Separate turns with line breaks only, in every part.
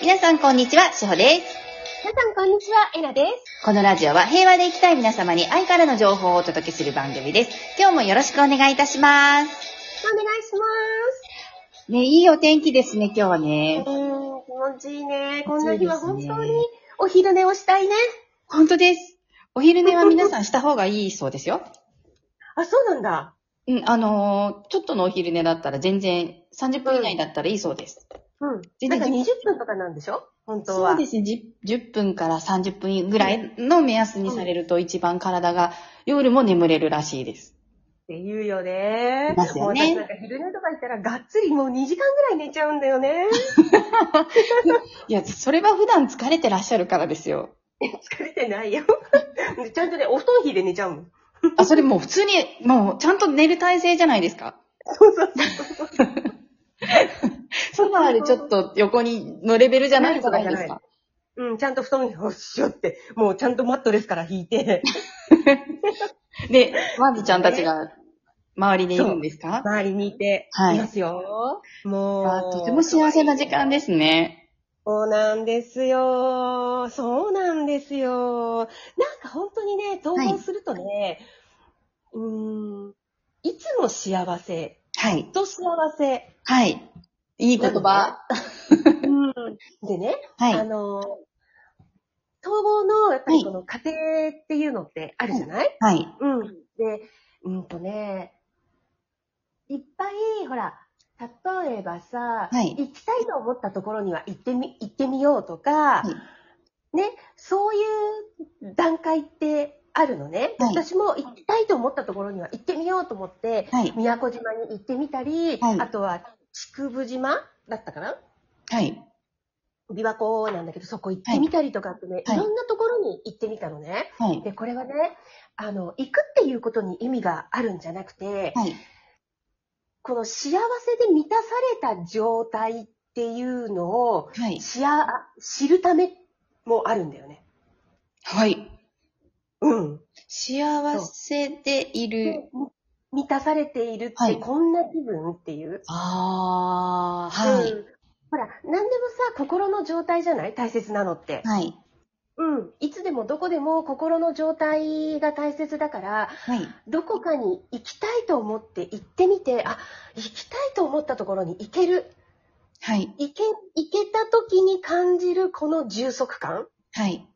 皆さんこんにちは、しほです。
皆さん、こんにちは。えなです。
このラジオは平和で生きたい皆様に愛からの情報をお届けする番組です。今日もよろしくお願いいたします。
お願いし
ね、いいお天気ですね、今日はね
ます。。うーん、気持ちいいね。こん
気持ちい
ない日
ですね
は本当にお昼寝をしたいね。
本当です。お昼寝は皆さんした方がいいそうですよ。
あ、そうなんだ。
うん、あのーちょっとのお昼寝だったら全然、30分以内だったらいいそうです。
うん。
全
な
然
んか20分とかなんでしょ本当は。
そうですね、じ10分から30分ぐらいの目安にされると一番体が夜も眠れるらしいです。
って言うよね。
いますよね
もう私なんか昼寝とか言ったらがっつりもう2時間ぐらい寝ちゃうんだよね。
いや、それは普段疲れてらっしゃるからですよ。
疲れてないよ。でちゃんとね、お布団引いて寝ちゃうもん。
あ、それもう普通に、もうちゃんと寝る体勢じゃないですか。
そうそう
ソファーでちょっと横にのレベルじゃないじゃないですか。
そう。うん、ちゃんと布団に、おっしょって、もうちゃんとマットレスから引いて、
で、ワーズちゃんたちが周りにいるんですか
周りにいて、
はい
いますよ。
あ
もう。
とても幸せな時間ですね。
そうなんですよ。そうなんですよ。なんか本当にね、統合するとね、うーん、いつも幸せ、
はい。
と幸せ。
はい。いい言葉。
うん、でね、
は
あ
い。
の、統合の、やっぱりこの家庭っていうのってあるじゃない、
はい。
うん。で、うんとね、いっぱい、ほら、例えばさ、
はい
行きたいと思ったところには行ってみ、行ってみようとか、
はい
ね、そういう段階ってあるのね。
はい
私も行きたいと思ったところには行ってみようと思って、
はい。
宮古島に行ってみたり、
はい
あとは、竹生島だったかな
はい。
琵琶湖なんだけど、そこ行ってみたりとかってね、、
はいい
ろんなところに行ってみたのね。
はい。
で、これはね、あの、行くっていうことに意味があるんじゃなくて、
はい。
この幸せで満たされた状態っていうのを、
はい。
しや、知るためもあるんだよね。
はい。
うん。
幸せでい
で
る。
み満たされているっ
は
て、
い
こんな気分っていう。
ああ、は
う
い。
んほら、何でもさ、心の状態じゃない大切なのって。
はい。
うん。いつでもどこでも心の状態が大切だから、
はい。
どこかに行きたいと思って行ってみて、あ、行きたいと思ったところに行ける。
はい。
行け、行けた時に感じるこの充足感。
はい。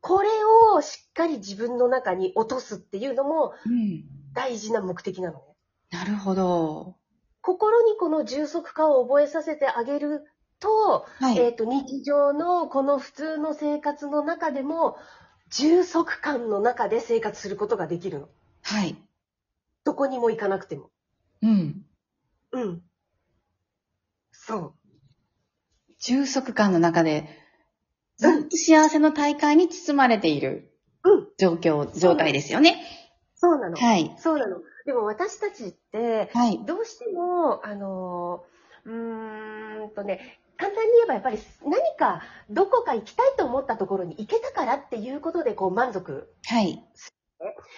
これをしっかり自分の中に落とすっていうのも
うん。
大事な目的なのね。
なるほど。
心にこの充足感を覚えさせてあげると、
は
え
い。
っ、と、日常のこの普通の生活の中でも、充足感の中で生活することができるの。
はい。
どこにも行かなくても。
うん。
うん。そう。
充足感の中で、ず
う
っと幸せの大会に包まれている
うん
状況、状態ですよね。
そうなの。
はい。
そうなの。でも私たちって、
はい。
どうしても、あの、うーんとね、簡単に言えばやっぱり何かどこか行きたいと思ったところに行けたからっていうことでこう満足。
はい。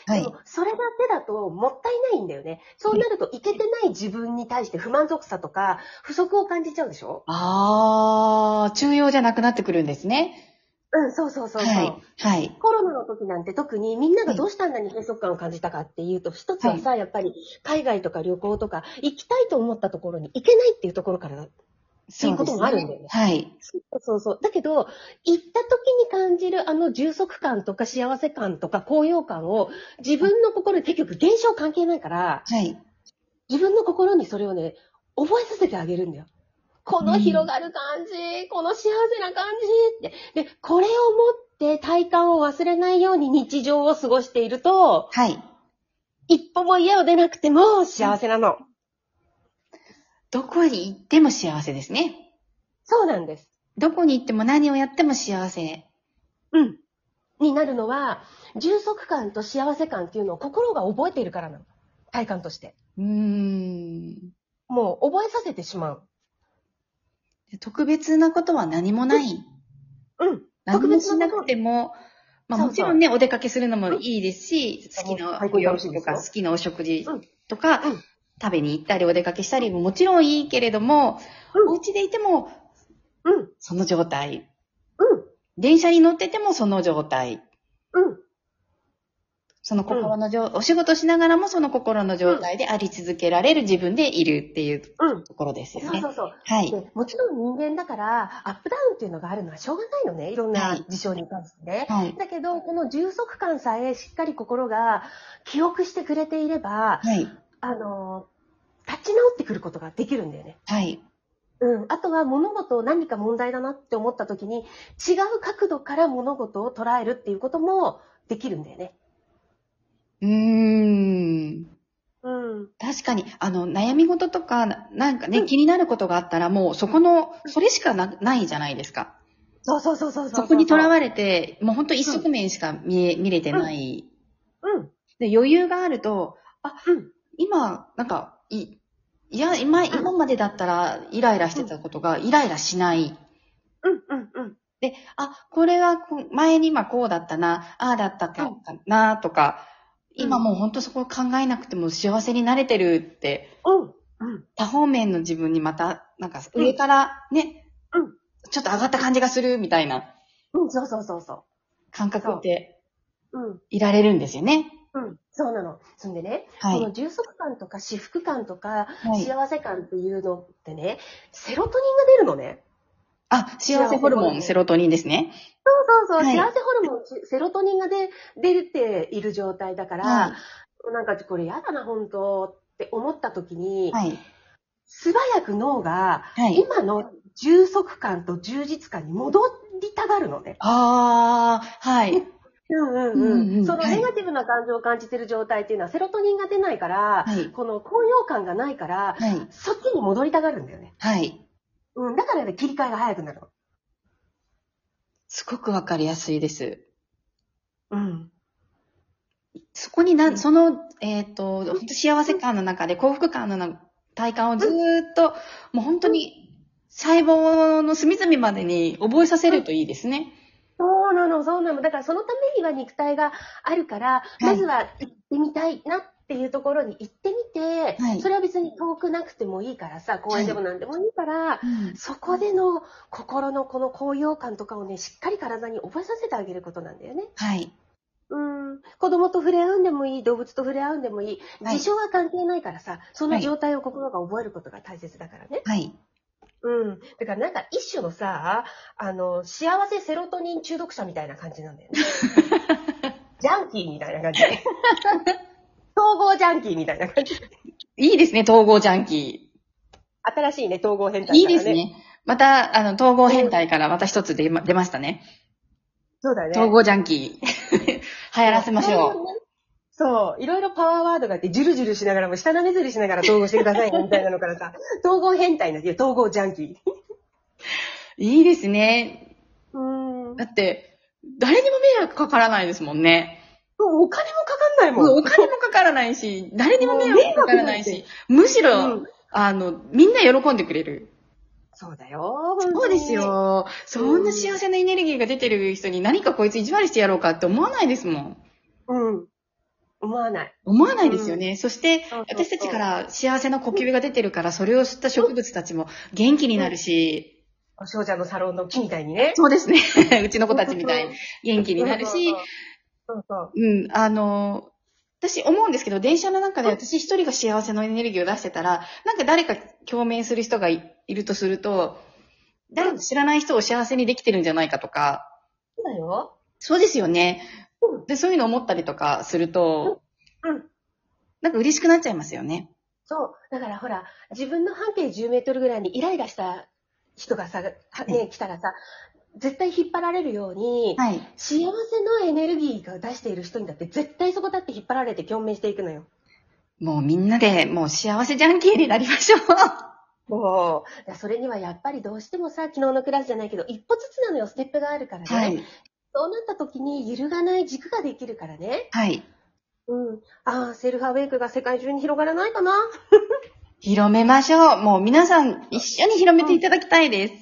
は
で
い。
もそれだけだともったいないんだよね。そうなると行けてない自分に対して不満足さとか不足を感じちゃうでしょ
あー、中庸じゃなくなってくるんですね。
うん、そうそうそうそう。
はい。はい。
コロナの時なんて特にみんながどうしてあんなに閉塞感を感じたかっていうと、一つはさ、やっぱり海外とか旅行とか行きたいと思ったところに行けないっていうところからだそういうこともあるんだよね
はい。
そうそうそう。だけど、行った時に感じるあの充足感とか幸せ感とか高揚感を自分の心に結局現象関係ないから、
はい。
自分の心にそれをね、覚えさせてあげるんだよ。この広がる感じ、この幸せな感じって。で、これを持って体感を忘れないように日常を過ごしていると、
はい。
一歩も家を出なくても幸せなの。
どこに行っても幸せですね。
そうなんです。
どこに行っても何をやっても幸せ。
うん。になるのは、充足感と幸せ感っていうのを心が覚えているからなの。体感として。
うーん。
もう覚えさせてしまう。
特別なことは何もない。
うん。
何もしなくても、まあ
そうそう
もちろんね、お出かけするのもいいですし、好きなお洋服とか、
うん
好きなお食事
うん
とか
うん、
食べに行ったりお出かけしたりももちろんいいけれども、
うん
お家でいても
うん、
その状態。
うん、
電車に乗っててもその状態。
うん。
その心の状、お仕事しながらもその心の状態であり続けられる自分でいるっていう
うん。
ところですよね。
そうそうそう。
はい。
でもちろん人間だから、アップダウンっていうのがあるのはしょうがないのね。いろん
は
ない事象に関してね。
はい。
だけど、この充足感さえしっかり心が記憶してくれていれば、
はい。
あの、立ち直ってくることができるんだよね。
はい。
うん。あとは物事を何か問題だなって思った時に、違う角度から物事を捉えるっていうこともできるんだよね。
うーん。
うん。
確かに、あの、悩み事とか、ななんかね、
うん
気になることがあったら、もうそこの、それしかなないじゃないですか。
そうそうそうそううう
そこにとらわれて、もう本当一側面しか見え、見れてない。
うん。
で、余裕があると、
うん。
今、なんか、い、いや、今、今までだったらイライラしてたことが、イライラしない。
うん。うん。うん。
で、あ、これはこう前に今こうだったな、ああだったかかな、とか、
うん
今もう本当そこ考えなくても幸せになれてるって、
うん。うん。
多方面の自分にまた、なんか上からね、
うん
ちょっと上がった感じがするみたいな
うん。そうそうそうそ
感覚って
う。うん。
いられるんですよね。
うん。そうなの。そんでね、
は
こ
い。
の充足感とか至福感とか、
はい、
幸せ感っていうのってね、セロトニンが出るのね。
あ、幸せホルモン、セロトニンですね。
そうそうそう。
はい
幸せホルモン、セロトニンが出、出ている状態だから、
は
なんかこれやだな、本当って思った時に、
い。はい。
素早く脳が、
はい。
今の充足感と充実感に戻りたがるのね。
ああ、はい。
うん
うんうん
そのネガティブな感情を感じてる状態っていうのはセロトニンが出ないから、
はい。
この高揚感がないから、
はい。
そっちに戻りたがるんだよね。
はい。
うん、だからね、切り替えが早くなるの。
すごくわかりやすいです。
うん。
そこにな、
うん
その、えっ、と、本当幸せ感の中で幸福感のな体感をずーっと、もう本当に細胞の隅々までに覚えさせるといいですね。
そうなの、そうなの。だからそのためには肉体があるから、
い
まずは行ってみたいなっていうところに行ってみて、
はい
それは別に遠くなくてもいいからさ、公園でも何でもいいから、
うん
そこでの心のこの高揚感とかをね、しっかり体に覚えさせてあげることなんだよね。
はい。
うん。子供と触れ合うんでもいい、動物と触れ合うんでもいい。
はい
事象は関係ないからさ、そ
は
の
い
状態を心が覚えることが大切だからね。
はい。
うん。だからなんか一種のさ、あの、幸せセロトニン中毒者みたいな感じなんだ よね。ジャンキーみたいな感じ。 統合ジャンキーみたいな感じ。
いいですね、統合ジャンキ
新しいね、統合変態、
ー。いいです。ね。また、あの、統合変態からまた一つ出ま出ましたね。
そうだね。
統合ジャンキー。 流行らせましょう。
そう。いろいろパワーワードがあって、ジュルジュルしながらも、下なめずりしながら統合してくださいね、みたいなのからさ、 統合変態なんて、統合ジャンキー。
いいですね。
うーん。
だって、誰にも迷惑かからないですもんね。
お金もかかんないもん。
お金もかからないし、誰にも迷惑もかからない
迷
し、むしろ、
うん
あの、みんな喜んでくれる。
そうだよ。本
そ
当に
うです。よ。そんな幸せなエネルギーが出てる人に何かこいつ意地悪してやろうかって思わないですもん。
うん。思わない。
思わないですよね。そして
そうそう、そう
私たちから幸せな呼吸が出てるから、それを吸った植物たちも元気になるし、
お嬢ちゃんのサロンの木みたいにね。
そうですね。 うちの子たちみたいに元気になるし、
そうそう。
うん、あの、私思うんですけど、電車の中で私一人が幸せのエネルギーを出してたら、なんか誰か共鳴する人がいいるとすると、誰か知らない人を幸せにできてるんじゃないかとか、
そうだよ。
そうですよね
う。
で、そういうの思ったりとかすると、
うんうん
なんか嬉しくなっちゃいますよね。
そう。だからほら、自分の半径10メートルぐらいにイライラした人がさ、はね、来たらさ、絶対引っ張られるように、
はい。
幸せのエネルギーが出している人にだって絶対そこだって引っ張られて共鳴していくのよ。
もうみんなで、もう幸せジャンキーになりましょう。
もう、だからそれにはやっぱりどうしてもさ、昨日のクラスじゃないけど、一歩ずつなのよ、ステップがあるからね。
はい。
そうなった時に揺るがない軸ができるからね。
はい。
うん。ああ、セルフアウェイクが世界中に広がらないかな。
広めましょう。もう皆さん一緒に広めていただきたいです。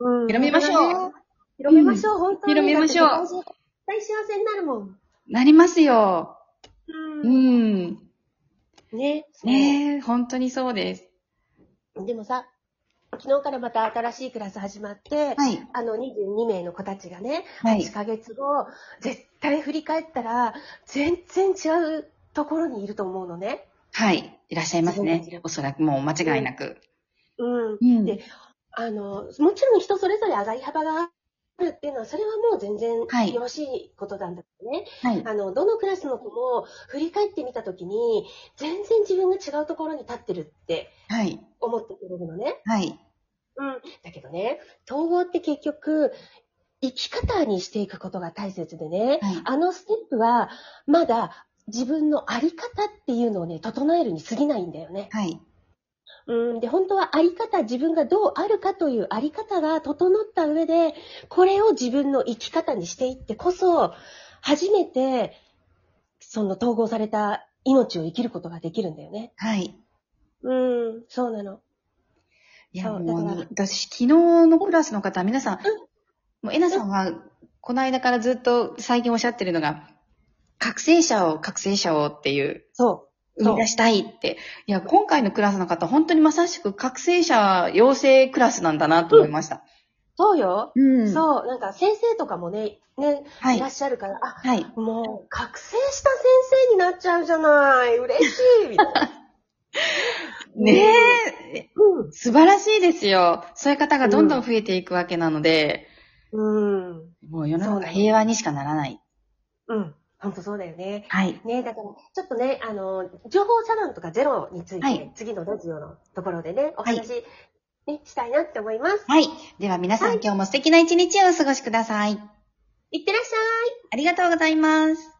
うん
広めましょう。
広めましょう、本当に。
広めましょう
だって世界中大幸せになるもん。
なりますよ。うん。
ね。
ねえ、本当にそうです。
でもさ、昨日からまた新しいクラス始まって、
はい。
あの、22名の子たちがね、
はい
1。ヶ月後、絶対振り返ったら、全然違うところにいると思うのね。
はい。いらっしゃいます
そう
ね。おそらくもう間違いなく。
うん。
うん
であの、もちろん人それぞれ上がり幅があるっていうのは、それはもう全然よ
はい
ろしいことなんだけどね。
はい。
あの、どのクラスの子も振り返ってみたときに、全然自分が違うところに立ってるって
はい。
思ってくれるのね。
はい。
うん。だけどね、統合って結局、生き方にしていくことが大切でね、
はい
あのステップは、まだ自分のあり方っていうのをね、整えるに過ぎないんだよね。
はい。
うん。で、本当はあり方、自分がどうあるかというあり方が整った上で、これを自分の生き方にしていってこそ、初めて、その統合された命を生きることができるんだよね。
はい。
うん、そうなの。
いや、
そう
もう
だか
ね
ら、
私、昨日のクラスの方、皆さん、もう、えなさんは、この間からずっと最近おっしゃってるのが、覚醒者を覚醒者をっていう、
そ
生み出したいって。いや、今回のクラスの方、本当にまさしく覚醒者養成クラスなんだなと思いました。
う。そうよ。
うんう。
そう、なんか先生とかもね、ね、、
はいい
らっ。しゃるから、あ、
はい。
もう、覚醒した先生になっちゃうじゃない、嬉しい、みたいな。
ねえ、
う
素晴らしいですよ。そういう方がどんどん増えていくわけなので、
ん。うん。
もう世の
そう
中
だね
平和にしかならない。
うん。ほんとそうだよね。
はい。
ねだから、ちょっとね、あの、情報遮断とかゼロについて、
はい
次のラジオのところでね、お話、ね、したいなって思います。
はい。では皆さん、
はい
今日も素敵な一日をお過ごしください。
いってらっしゃい
ありがとうございます。